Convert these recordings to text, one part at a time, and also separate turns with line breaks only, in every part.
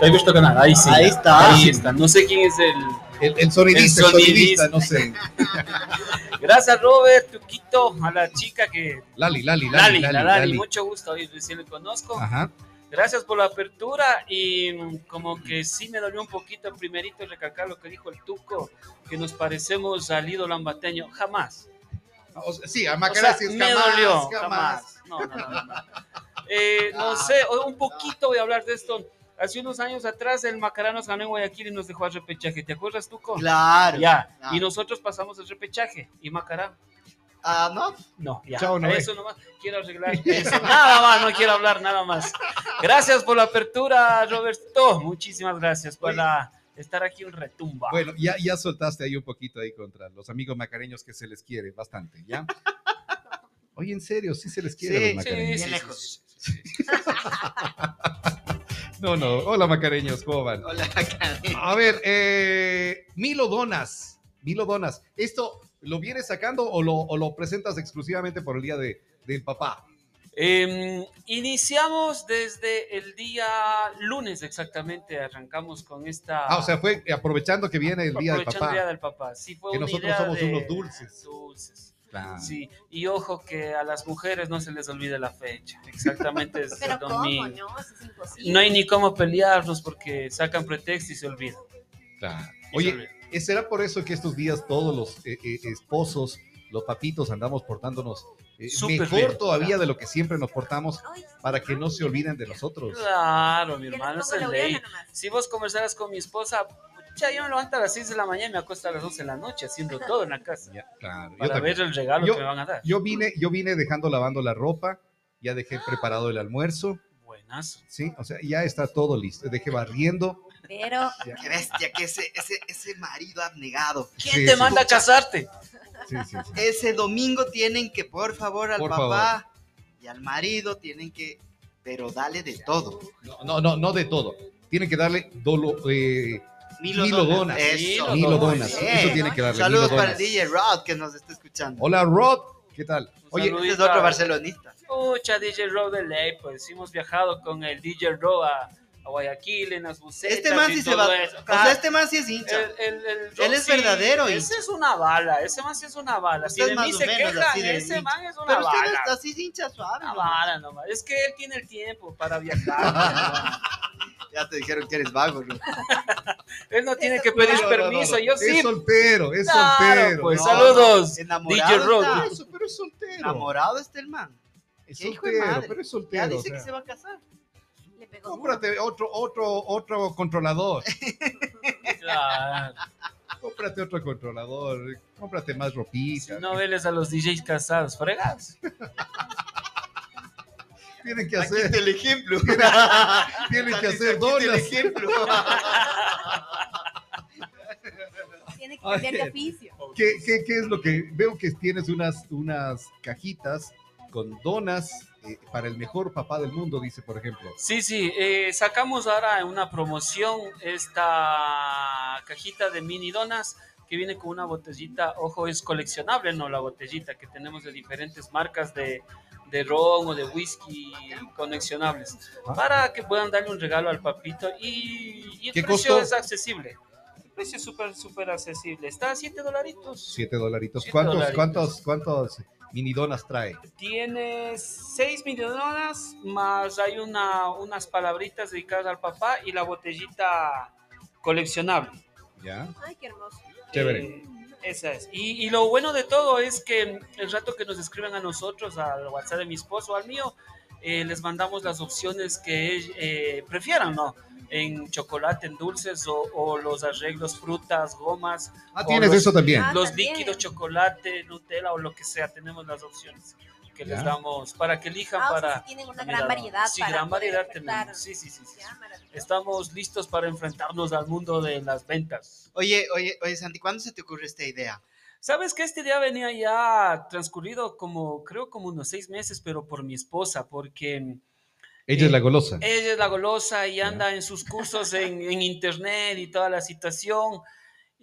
¿Te has visto canal? Ahí sí.
Ahí está.
Ahí está. No sé quién es el.
El, el sonidista,
El
el sonidista, no sé.
Gracias, Robert, Tuquito, a la chica que.
Lali, Lali,
Lali,
Lali,
la
Lali,
Lali,
Lali.
mucho gusto, hoy recién le conozco.
Ajá.
Gracias por la apertura y mm, como que sí me dolió un poquito primerito recalcar lo que dijo el Tuco, que nos parecemos al ídolo ambateño. Jamás.
O sea, sí,
O
a
sea,
Macarena sí es
me
jamás, Ah.
dolió,
jamás.
jamás. No, no, no. no. Eh, no sé, hoy un poquito voy a hablar de esto. Hace unos años atrás el Macará nos ganó en Guayaquil y nos dejó al repechaje. ¿Te acuerdas, Tuco?
Claro.
Ya.
Ah.
Y nosotros pasamos el repechaje. ¿Y Macará?
Ah, no.
No, ya.
Chao, no eh. ve.
eso nomás quiero arreglar. eso. nada más, no quiero hablar nada más. Gracias por la apertura, Roberto. Muchísimas gracias por
Oye.
la- estar aquí en Retumba.
Bueno, ya, ya soltaste ahí un poquito ahí contra los amigos macareños que se les quiere bastante, ¿ya? Oye, en serio, sí se les quiere
Sí,
a los
sí,
macareños.
Bien lejos.
sí, sí, sí.
No, no. Hola, macareños, ¿cómo van?
Hola, Karen.
A ver, eh, Milo Donas. Milo Donas. ¿Esto lo vienes sacando o lo, o lo presentas exclusivamente por el día de, del papá?
Em, iniciamos desde el día lunes exactamente, arrancamos con esta...
Ah, o sea, fue aprovechando que viene el día del
aprovechando el día
papá.
del papá. Sí, fue
Que
una
nosotros
idea
somos
de-
unos dulces.
Dulces,
Claro.
sí. Y ojo que a las mujeres no se les olvide la fecha, exactamente es
Pero ¿cómo?
domingo.
No, eso es imposible.
No hay ni cómo pelearnos porque sacan pretexto y se olvidan.
Claro.
Y se
Oye,
olvidan.
¿eh, ¿será por eso que estos días todos los eh, eh, esposos, los papitos, andamos portándonos eh,
Súper
mejor
bien,
todavía
claro.
de lo que siempre nos portamos
Ay,
para que no se olviden de nosotros?
Claro, mi
que les
hermano,
pongo
esa es
la
ley.
uriana nomás.
Si vos conversaras con mi esposa, pucha, yo me levanto a las 6 de la mañana y me acuesto a las 12 de la noche haciendo todo en la casa
Ya, claro. Yo,
para
también.
ver el regalo
Yo-
que me van a dar.
Yo vine, yo vine dejando lavando la ropa, ya dejé preparado el almuerzo.
Buenazo.
Sí, o sea, ya está todo listo. Dejé barriendo.
Pero
Qué bestia, que ese, ese, ese marido abnegado.
¿Quién
Sí,
te
sí.
manda a casarte?
Sí, sí, sí.
Ese domingo tienen que, por favor, al
Por
papá y al marido tienen que, pero dale de todo.
No, no, no, no de todo. Tienen que darle dolo, eh,
Milo,
Milo
donas.
donas.
Eso.
milo
Milo
donas.
donas.
Eso tiene que darle.
Saludos
milo
para el
donas.
DJ Rod que nos está escuchando.
Hola, Rod. ¿Qué tal?
Un
Oye,
saludito
Este es otro
a-
barcelonista.
Pucha, DJ Row de ley, pues hemos viajado con el DJ Row a, a Guayaquil, en las bucetas.
Este man
y
sí se
todo
va.
eso.
O
Ah,
sea, este man sí es hincha.
eh,
El- el- el
Él es
Roxy,
verdadero
Ese es una bala, ese man sí es una bala. Si
Usted
de
más
mí
o
se
menos
quejan,
así de
ese
hincha.
man es una
Pero usted
bala.
no- así es hincha suave.
Una
¿no?
bala nomás. Es que él tiene el tiempo para viajar.
Ya te dijeron que eres vago, ¿no?
él no tiene
Eso-
que pedir
no, no, no, no.
permiso, yo sí.
Es soltero, es
Claro,
soltero.
pues,
No,
saludos.
Enamorado
DJ Rod.
está.
no, eso, pero es soltero.
Enamorado está el man.
Es
Qué hijo de
soltero,
madre.
pero es
Ya
soltero. o
dice que
sea.
se va a casar.
le pegó
Cómprate otro, otro, otro controlador.
Claro.
Cómprate otro controlador. Cómprate más
Si
ropita.
no veles a los DJs casados, fregados.
Tienen que
Aquí
hacer.
está el ejemplo.
Tienen que
Aquí está
hacer
el
donas.
ejemplo.
mucho. Tiene que cambiar de
Oye.
oficio.
¿Qué, qué, qué es lo que veo que tienes unas, unas cajitas con donas eh, para el mejor papá del mundo, dice por ejemplo.
Sí, sí, eh, sacamos ahora en una promoción esta cajita de mini donas que viene con una botellita, ojo, es coleccionable, no la botellita que tenemos de diferentes marcas de, de ron o de whisky coleccionables,
¿ah?
para que puedan darle un regalo al papito y, y el
¿Qué
precio
costó?
es accesible. El precio es súper, súper accesible. Está a 7 dolaritos.
Siete dolaritos.
Siete
¿Cuántos,
dolaritos.
cuántos, cuántos mini donas trae?
Tiene 6 millonadas, más hay una, unas palabritas dedicadas al papá y la botellita coleccionable.
¿Ya?
Ay, qué hermoso.
Chévere.
Eh, esa es. Y, y lo bueno de todo es que el rato que nos escriben a nosotros, al WhatsApp de mi esposo, al mío, eh, les mandamos las opciones que eh, prefieran, ¿no? En chocolate, en dulces o, o los arreglos, frutas, gomas,
Ah,
o
tienes
los-
eso también.
Ah,
los
también.
líquidos, chocolate, Nutella o lo que sea. Tenemos las opciones que les
Ya.
damos para que elijan
Ah, o sea,
para...
sí tienen una
Mira,
gran variedad.
Sí,
para
gran
poder
variedad
ofertar.
tenemos. Sí, sí, sí, sí.
Ya, maravilloso.
Estamos listos para enfrentarnos al mundo de las ventas.
Oye, oye, oye, Santi, ¿cuándo se te ocurre esta idea?
Sabes que este día venía ya transcurrido como, creo, como unos seis meses, pero por mi esposa, porque
Ella es la golosa.
Eh, ella es la golosa y anda en sus cursos en, en internet y toda la situación.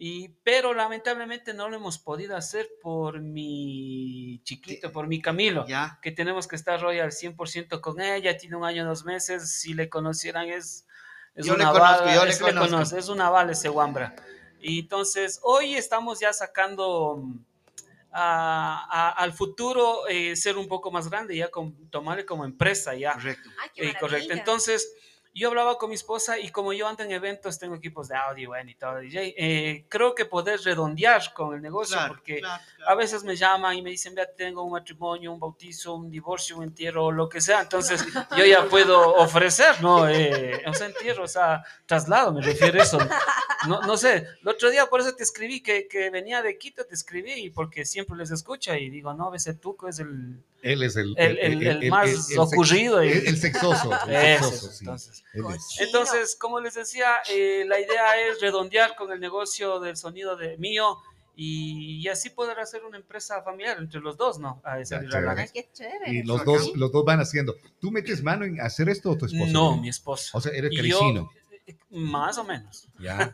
Y, pero lamentablemente no lo hemos podido hacer por mi chiquito, por mi Camilo,
Ya.
que tenemos que estar hoy al 100% con ella, tiene un año, dos meses, si le conocieran es, es
Yo le
una
conozco,
bala,
yo le
es-
conozco.
conoce, es una bala ese Wambra. Y entonces hoy estamos ya sacando mm, a- a- al futuro eh, ser un poco más grande, ya con, tomarle como empresa ya.
Correcto.
Ay, qué
Eh, correcto.
maravilla.
Entonces, yo hablaba con mi esposa y como yo ando en eventos, tengo equipos de audio bueno, y todo, DJ, eh, creo que poder redondear con el negocio
Claro,
porque
claro, claro.
a veces me llaman y me dicen, vea, tengo un matrimonio, un bautizo, un divorcio, un entierro, lo que sea. Entonces, yo ya puedo ofrecer, ¿no? Eh, o sea, entierro, o sea, traslado, me refiero a eso. No, no sé, el otro día por eso te escribí, que, que venía de Quito, te escribí, y porque siempre les escucha y digo, no, ese tuco es el,
Él es el,
el, el- el más
sex-
ocurrido. y-
El, el sexoso. El
Eso,
sexoso, sí.
entonces. pues,
Él es.
Entonces, como les decía, eh, la idea es redondear con el negocio del sonido de mío y, y así poder hacer una empresa familiar entre los dos, ¿no? A esa
Ya,
libre la-
Ay, qué chévere.
Y los
Acá.
dos, los dos van haciendo. ¿Tú metes mano en hacer esto o tu esposo?
No, mi esposo.
O sea, eres
Y
calicino.
eh, Más o menos.
Ya.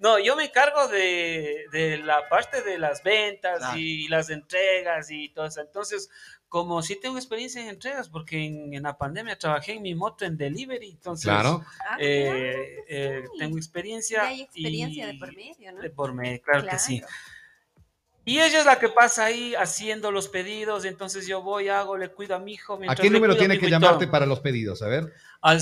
No, yo me encargo de, de la parte de las ventas
Claro.
y las entregas y todo eso. Entonces, como sí tengo experiencia en entregas, porque en, en la pandemia trabajé en mi moto en delivery, entonces
Claro.
Ah,
eh,
qué
eh,
guay.
tengo
Ya
experiencia.
hay experiencia de
y-
por medio, ¿no?
De por medio, claro, que sí. Y ella es la que pasa ahí haciendo los pedidos, entonces yo voy, hago, le cuido a mi hijo.
¿A
mientras
qué
le
número
cuido a
tiene
mi
que
hijo y
llamarte
todo.
para los pedidos? A ver.
Al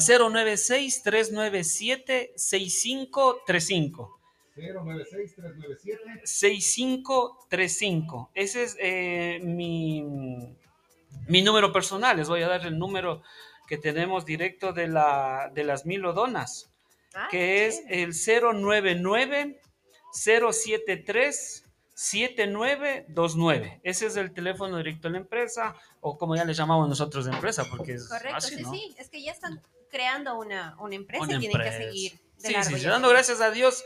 096-397-6535.
096-397.
6535. Ese es eh, mi, mi número personal. Les voy a dar el número que tenemos directo de, la, de las milodonas,
Ah,
que es
chévere.
el 099 073 7929. Ese es el teléfono directo de la empresa, o como ya le llamamos nosotros de empresa, porque es
Correcto,
así,
sí,
¿no?
sí. Es que ya están creando una, una empresa
Una
y tienen
empresa.
que seguir. de
Sí,
largo
sí,
ya.
sí, dando gracias a Dios.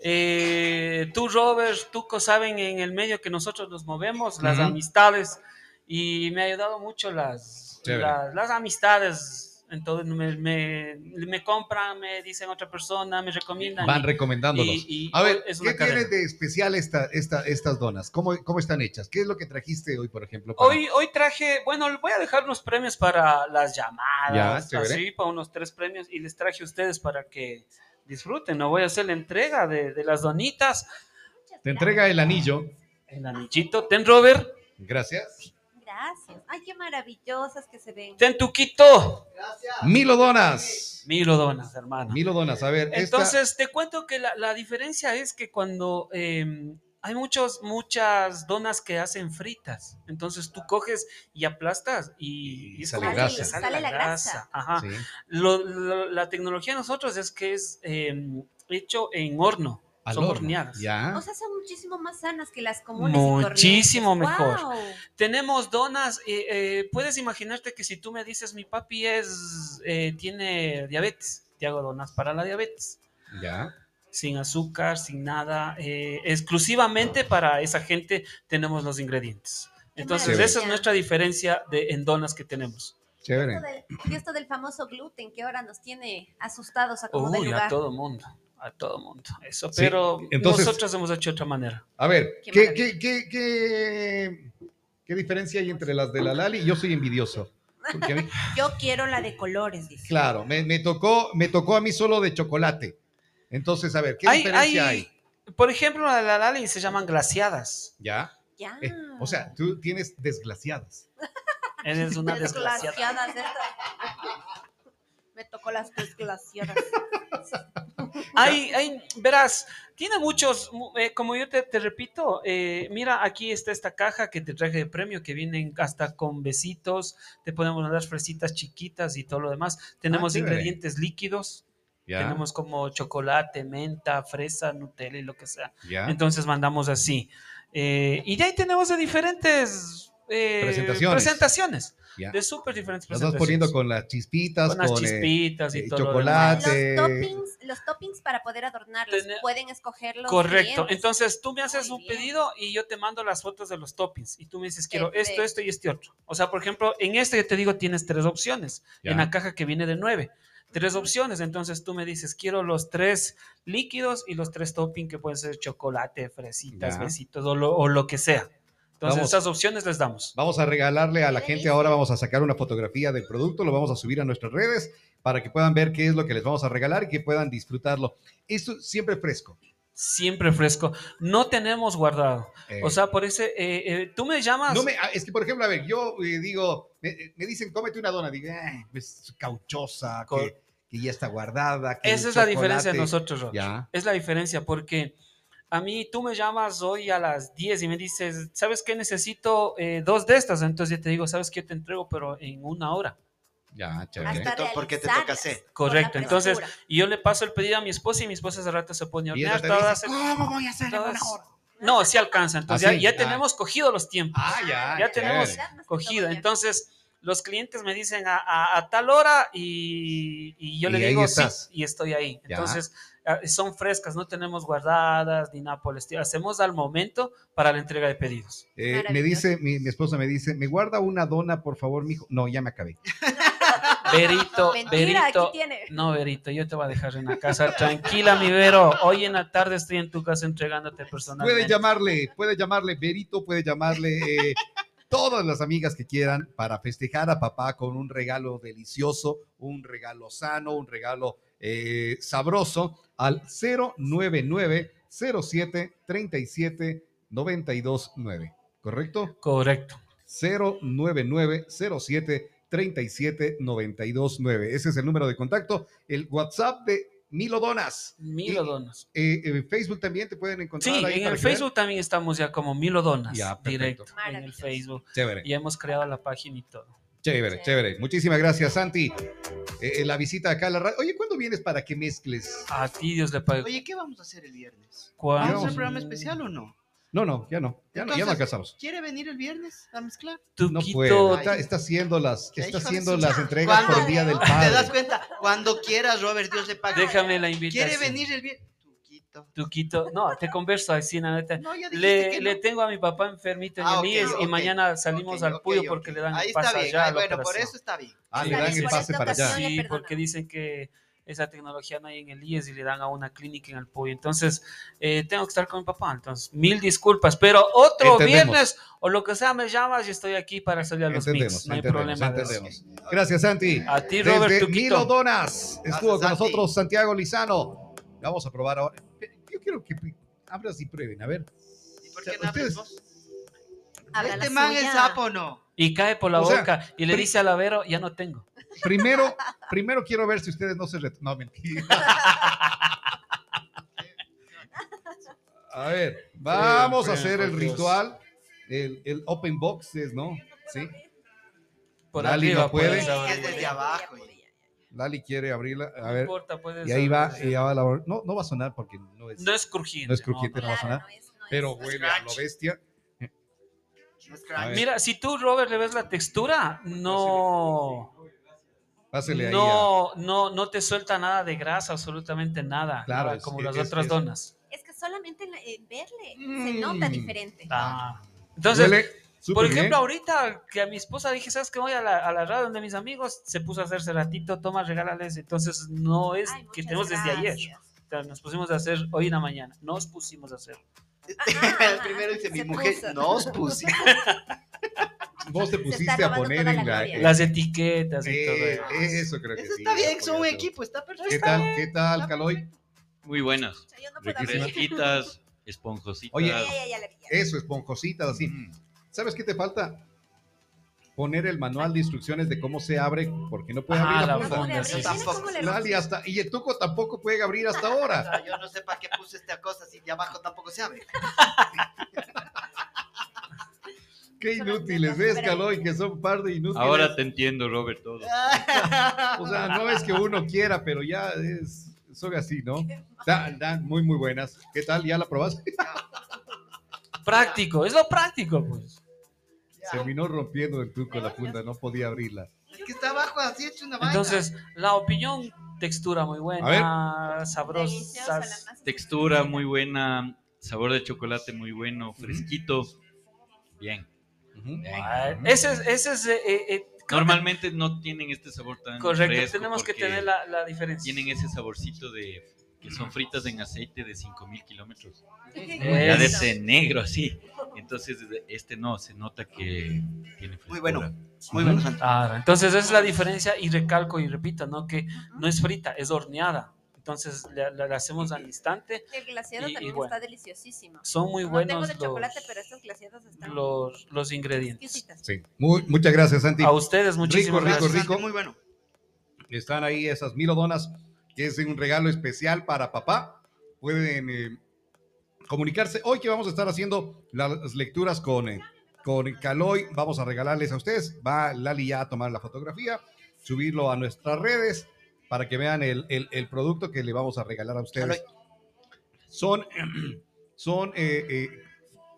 eh, tú, Robert, tú co- saben en el medio que nosotros nos movemos, las
Ujú.
amistades, y me ha ayudado mucho las,
Chévere.
las, las amistades. Entonces me, me, me compran, me dicen otra persona, me recomiendan.
Van
y-
recomendándolos.
y- y
a ver,
es
¿qué
una cadena.
tienes de especial esta, esta, estas donas? ¿Cómo, ¿Cómo están hechas? ¿Qué es lo que trajiste hoy, por ejemplo? para-
Hoy, hoy traje, bueno, le voy a dejar unos premios para las llamadas,
Ya, chévere.
así, para unos tres premios, y les traje a ustedes para que disfruten. No voy a hacer la entrega de, de las donitas.
Te entrega el anillo.
El anillito, ten Robert,
Gracias.
Gracias. Ay, qué maravillosas que se ven.
ten Tuquito.
Gracias.
Milo donas.
Milo donas, hermano.
Milo donas. A ver, esta-
Entonces, te cuento que la, la diferencia es que cuando eh, hay muchos, muchas donas que hacen fritas, entonces tú coges y aplastas y,
Y
es
sale
como que
grasa.
le
Sale la grasa.
Ajá.
Sí.
Lo- lo- la tecnología de nosotros es que es eh, hecho en horno.
Al
Son
horno.
horneadas.
Ya.
O sea, son muchísimo más sanas que las comunes. y
Muchísimo
corrientes.
mejor.
Guau.
Tenemos donas. eh, eh, puedes imaginarte que si tú me dices, mi papi es, eh, tiene diabetes, te hago donas para la diabetes.
ya.
Sin azúcar, sin nada. eh, exclusivamente para esa gente tenemos los ingredientes.
Qué
Entonces,
maravilla.
esa es nuestra diferencia de, en donas que tenemos.
Chévere.
Esto del, y esto del famoso gluten que ahora nos tiene asustados a como de
Uy, a
lugar.
todo mundo. A todo mundo. Eso,
Sí,
pero
entonces-
nosotros hemos hecho de otra manera.
A ver,
Qué
¿qué,
maravilla.
qué, qué, qué, qué diferencia hay entre las de la Lali? Yo soy envidioso. Porque a mí-
Yo quiero la de colores, dice.
claro, me, me tocó, me tocó a mí solo de chocolate. Entonces, a ver, ¿qué
Hay-
diferencia
hay-
hay?
Por ejemplo, la de la Lali se llaman glaciadas.
Ya.
Ya.
eh, o
Ah.
sea, tú tienes desglaciadas.
Eres una desglaciada.
Desglaciadas de estas. Me tocó las desglaciadas.
Hay, hay, verás, tiene muchos, mu- eh, como yo te, te repito, eh, mira, aquí está esta caja que te traje de premio, que vienen hasta con besitos, te podemos dar fresitas chiquitas y todo lo demás. Tenemos
Ah, chévere.
ingredientes líquidos,
Ya.
tenemos como chocolate, menta, fresa, Nutella y lo que sea.
ya.
Entonces mandamos así. Eh, y de ahí tenemos de diferentes eh,
Presentaciones.
presentaciones
Ya.
de súper diferentes
Las vas poniendo
presentaciones.
con las chispitas,
con las
con, eh,
chispitas y
eh,
todo lo demás.
chocolate, Hace-
Los toppings, los toppings para poder adornarlos,
Tener-
pueden escogerlos.
Correcto. Entonces tú me haces
Muy
un
bien.
pedido y yo te mando las fotos de los toppings y tú me dices quiero esto,
Perfecto.
esto y este otro. O sea, por ejemplo, en este yo te digo tienes tres opciones
Ya.
en la caja que viene de nueve. Tres opciones, entonces tú me dices, quiero los tres líquidos y los tres toppings que pueden ser chocolate, fresitas,
Ya.
besitos o lo, o lo que sea. Entonces
Vamos.
esas opciones les damos.
Vamos a regalarle a la
Qué
gente
delicia.
ahora, vamos a sacar una fotografía del producto, lo vamos a subir a nuestras redes para que puedan ver qué es lo que les vamos a regalar y que puedan disfrutarlo. Esto siempre fresco.
Siempre fresco. No tenemos guardado.
Eh,
O sea, por ese, eh, eh, tú me llamas.
no me- ah, es que, por ejemplo, a ver, yo eh, digo, me, me dicen, cómete una dona, digo, "Ah, pues cauchosa,
Cor-
que, que ya está guardada. que
Esa
el
es la
chocolate".
diferencia de nosotros, Rob.
Ya,
Es la diferencia porque a mí tú me llamas hoy a las 10 y me dices, ¿sabes qué? Necesito eh, dos de estas. Entonces yo te digo, ¿sabes qué? Te entrego, pero en una hora.
ya, chévere.
Hasta
Porque te toca
realizarlas
hacer.
con la
Correcto, entonces,
frescura.
Y yo le paso el pedido a mi esposa y mi esposa hace rato se pone a
Y ella
hornear.
te
todas
dice, "Ah,
hacen-
¿cómo voy a hacer en
todas-
una hora?
No, sí alcanza. Entonces
Ah,
ya,
sí,
ya
ah.
tenemos cogido los tiempos.
Ah, ya.
Ya tenemos
chévere.
Más que
Cogido.
todo ya.
Entonces los clientes me dicen a, a- a tal hora y, y yo
Y
le
ahí
digo sí,
estás.
y estoy ahí.
Ya.
Entonces ah, son frescas, no tenemos guardadas ni nada por el estilo. Hacemos al momento para la entrega de pedidos.
Eh, me
Maravilloso.
dice, mi, mi esposa me dice, ¿me guarda una dona, por favor, mijo? No, ya me acabé.
Verito,
Mentira, aquí
Verito.
tiene.
No, Verito, yo te voy a dejar en la casa. Tranquila, mi Vero. Hoy en la tarde estoy en tu casa entregándote personalmente.
Puede llamarle, puede llamarle Berito, puede llamarle eh, todas las amigas que quieran para festejar a papá con un regalo delicioso, un regalo sano, un regalo eh, sabroso al 099 07 37 929, ¿correcto?
Correcto.
099-07-37-929. Ese es el número de contacto. El WhatsApp de Milo Donas.
Milo Donas.
Eh, en Facebook también te pueden encontrar.
Sí,
ahí
en
para
el
que vean.
Facebook también estamos ya como Milo Donas.
Ya, perfecto.
directo en el
Maravilloso.
Facebook.
Chévere,
Ya hemos creado la página y todo.
chévere, chévere. Muchísimas gracias, Santi. Eh, eh, la visita acá a la radio. Oye, ¿cuándo vienes para que mezcles?
A ti Dios le pague.
Oye, ¿qué vamos a hacer el viernes?
¿Cuándo?
¿Vamos a hacer programa especial o no?
No, no, ya no. Ya no, ya no
Entonces,
alcanzamos.
¿Quiere venir el viernes a mezclar?
No
Tuquito,
puede.
ta-
Está, está haciendo las,
Qué
está
hijo de
haciendo
su-
las entregas por
¿Cuándo?
día del
¿Te das
padre.
cuenta? Cuando quieras, Robert, Dios le pague.
déjame la invitación.
¿Quiere venir el viernes? Tuquito.
Tuquito, no, te converso así, la neta.
No, ya dijiste
Le,
que no.
le tengo a mi papá enfermito en
Ah,
el
ok,
IES y
ok,
mañana salimos
Ok,
al
ok,
Puyo
ok.
porque le dan
Ahí
el
está
pase
bien.
allá.
ah,
a la
bueno, por
operación.
eso está bien.
Ah, le
Sí,
dan el
por
pase
esta
para allá.
ocasión. le
Sí,
perdonan.
porque dicen que esa tecnología no hay en el IES y le dan a una clínica en el pollo. Entonces, eh, tengo que estar con mi papá. Entonces, mil disculpas, pero otro
Entendemos.
viernes o lo que sea me llamas y estoy aquí para salir a los mix.
Entendemos,
No hay
entendemos,
problema. de eso.
entendemos. Gracias, Santi.
A ti, Robert
Desde Milo
Tuquito.
Donas estuvo
Gracias,
con
Santi.
nosotros Santiago Lizano. Vamos a probar ahora. Yo quiero que abras y prueben, a ver.
¿Y por qué
O sea,
no
ustedes-
hablas vos?
Habla
Este
la
man
suya.
es sapo, no.
Y cae por la
O sea,
boca y le
pri-
dice a la Vero, ya no tengo.
Primero, primero quiero ver si ustedes no se ret- No, mentira. A ver, vamos a hacer el ritual, el, el open boxes, ¿no? Sí.
Por
Lali
arriba
no puede.
puedes
Es
abrir.
desde abajo.
Lali quiere abrirla. A
No
ver,
importa, puedes
y ahí va,
abrir.
y ya va la. No, no va a sonar porque no es.
No es crujiente.
No es crujiente,
no,
no.
no.
a sonar,
Claro, no es- no es-
Pero huele a lo bestia.
No es crack.
A ver.
Mira, si tú, Robert, le ves la textura, no.
Pásele ahí. a-
no, no, no te suelta nada de grasa, absolutamente nada.
Claro,
nada,
es-
como
es-
las
es-
otras
es-
donas.
Es que solamente en la- en verle
Mm.
se nota diferente.
Ah. Entonces,
Huele
por
súper bien.
ejemplo, ahorita que a mi esposa dije, ¿sabes qué? Voy a la, a la radio de mis amigos, se puso a hacerse ratito, toma, regálales. Entonces, no es
Ay,
que
muchas
tenemos desde ayer.
gracias.
O sea, nos pusimos a hacer hoy en la mañana. Nos pusimos a hacer.
Ah,
Eh, Primero dice mi
se
mujer,
puso.
nos pusimos.
Vos te
está
pusiste a
robando
poner
toda
en la.
la gloria.
eh,
Las etiquetas y todo
eh,
eso.
eso creo que
Eso
sí,
está bien,
apoya
son un
todo.
equipo, está perfecto.
¿Qué tal, qué tal, Caloy?
Muy buenas,
O sea, Yo no puedo
Riquísima.
abrir.
fresquitas, esponjositas.
Oye,
Ya, ya, ya la vi, ya.
Eso, esponjositas, así. ¿Sabes qué te falta? Poner el manual de instrucciones de cómo se abre, porque no puede
Ah,
abrir la
la
No
funda.
puede abrir,
sí,
mira
sí.
cómo le
Lali,
roce.
hasta, y el tuco tampoco puede abrir hasta ahora.
Ah, Yo no sé para qué puse esta cosa si de abajo tampoco se abre.
Qué inútiles, ¿ves, Caloy? Que son un par de inútiles.
Ahora te entiendo, Robert, todo.
O sea, no es que uno quiera, pero ya es, son así, ¿no? Dan, dan muy, muy buenas. ¿Qué tal? ¿Ya la probaste?
Práctico, es lo práctico, pues.
Terminó rompiendo el truco la funda, no podía abrirla.
Es que está abajo así hecho una vaina.
Entonces, la opinión, textura muy buena, sabrosa.
Textura muy buena, sabor de chocolate muy bueno, fresquito. Bien.
Ujú.
bien.
Ah, Ese es, ese es, eh, eh, eh, creo
Normalmente no tienen este sabor tan
que- correcto,
fresco
tenemos que
porque
tener la, la diferencia.
tienen ese saborcito de que son fritas en aceite de 5000 kilómetros. Ya de
Eso.
ese negro así. Entonces este no, se nota que tiene frescura.
Muy bueno. Muy bueno, Santi.
Claro, Ah, entonces esa es la diferencia y recalco y repito, ¿no? Que no es frita, es horneada. Entonces la, la- la hacemos al instante.
El glaseado
Y- y
también
bueno.
está deliciosísimo.
Son muy
No tengo
buenos
de
los,
chocolate, pero estos glaseados están
los, los ingredientes.
exquisitas.
Sí. Muy- muchas gracias, Santi.
A ustedes muchísimas
rico,
gracias.
Gracias, Santi,
rico.
Muy bueno.
Están ahí esas milodonas, que es un regalo especial para papá. Pueden eh, comunicarse. Hoy que vamos a estar haciendo las lecturas con, eh, con Caloy, vamos a regalarles a ustedes. Va Lali ya a tomar la fotografía, subirlo a nuestras redes para que vean el, el- el producto que le vamos a regalar a ustedes.
Caloy.
Son, son, eh, eh,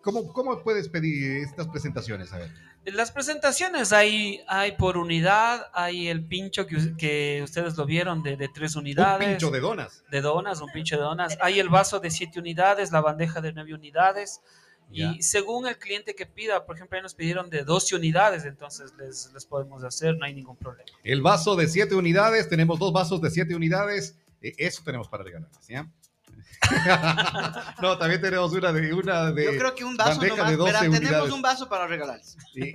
¿cómo, ¿cómo puedes pedir estas presentaciones? A ver.
Las presentaciones hay, hay por unidad, hay el pincho que, us- que ustedes lo vieron de, de tres
Un
unidades.
pincho de donas.
de donas, un pinche de donas. Hay el vaso de 7 unidades, la bandeja de 9 unidades.
Ya.
Y según el cliente que pida, por ejemplo, ahí nos pidieron de 12 unidades, entonces les, les podemos hacer, no hay ningún problema.
El vaso de 7 unidades, tenemos dos vasos de 7 unidades, eh, eso tenemos para regalar. ¿sí? no, también tenemos una de una de
Yo creo que un vaso
bandeja
nomás.
de 12
Verán, tenemos
unidades.
un vaso para regalarles.
y,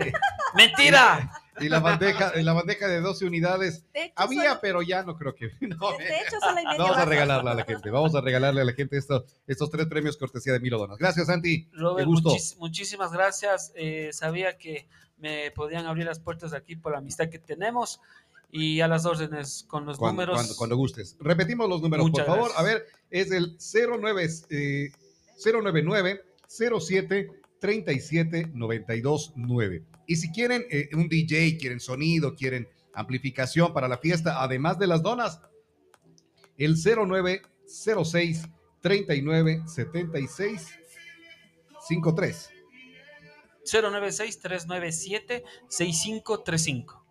¡Mentira!
y la bandeja, la bandeja de 12 unidades.
De hecho,
Había,
solo,
pero ya no creo que no, eh,
de hecho, solo hay medio
Vamos a
vaso.
regalarla a la gente. Vamos a regalarle a la gente estos, estos tres premios cortesía de Milo Donas. Gracias, Santi.
Robert,
Qué gusto.
muchis- muchísimas gracias. Eh, sabía que me podían abrir las puertas de aquí por la amistad que tenemos y a las órdenes con los
Cuando,
números.
cuando, cuando gustes. Repetimos los números,
Muchas
por favor.
gracias.
A ver, es el 09, eh, 099 07 37 92 9. Y si quieren eh, un DJ, quieren sonido, quieren amplificación para la fiesta, además de las donas, el 0906 39 76 53.
096-397-6535.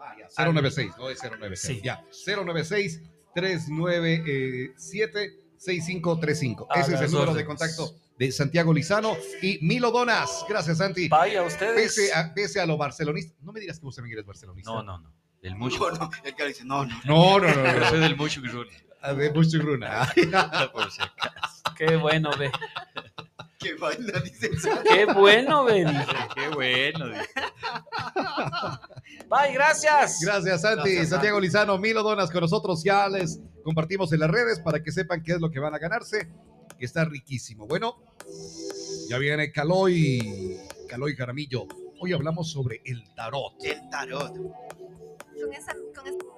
Ah, ya, 096, no es 096.
Sí.
Ya, 096 eh, 397 6535.
A
Ese es el
las
número de
órdenes.
contacto de Santiago Lizano y Milo Donas. Gracias, Santi.
Vaya, ustedes.
Pese a, pese a lo barcelonista. No me digas que vos también eres barcelonista.
No, no, no. Del mucho.
No, no. El que dice, no, no.
No, no, no.
Yo
no,
soy del mucho que rule.
no. De Bush y Bruna.
Por si acaso.
Qué bueno, ve.
Qué vaina, dice.
Qué bueno, ve. dije.
Qué bueno. dice.
Bye, gracias.
Gracias, Santi.
Gracias,
Santiago Lizano, Milo Donas con nosotros. Ya les compartimos en las redes para que sepan qué es lo que van a ganarse. Que está riquísimo. Bueno, ya viene Caloy, Caloy Jaramillo. Hoy hablamos sobre el tarot.
El tarot.
Con esa- con esa-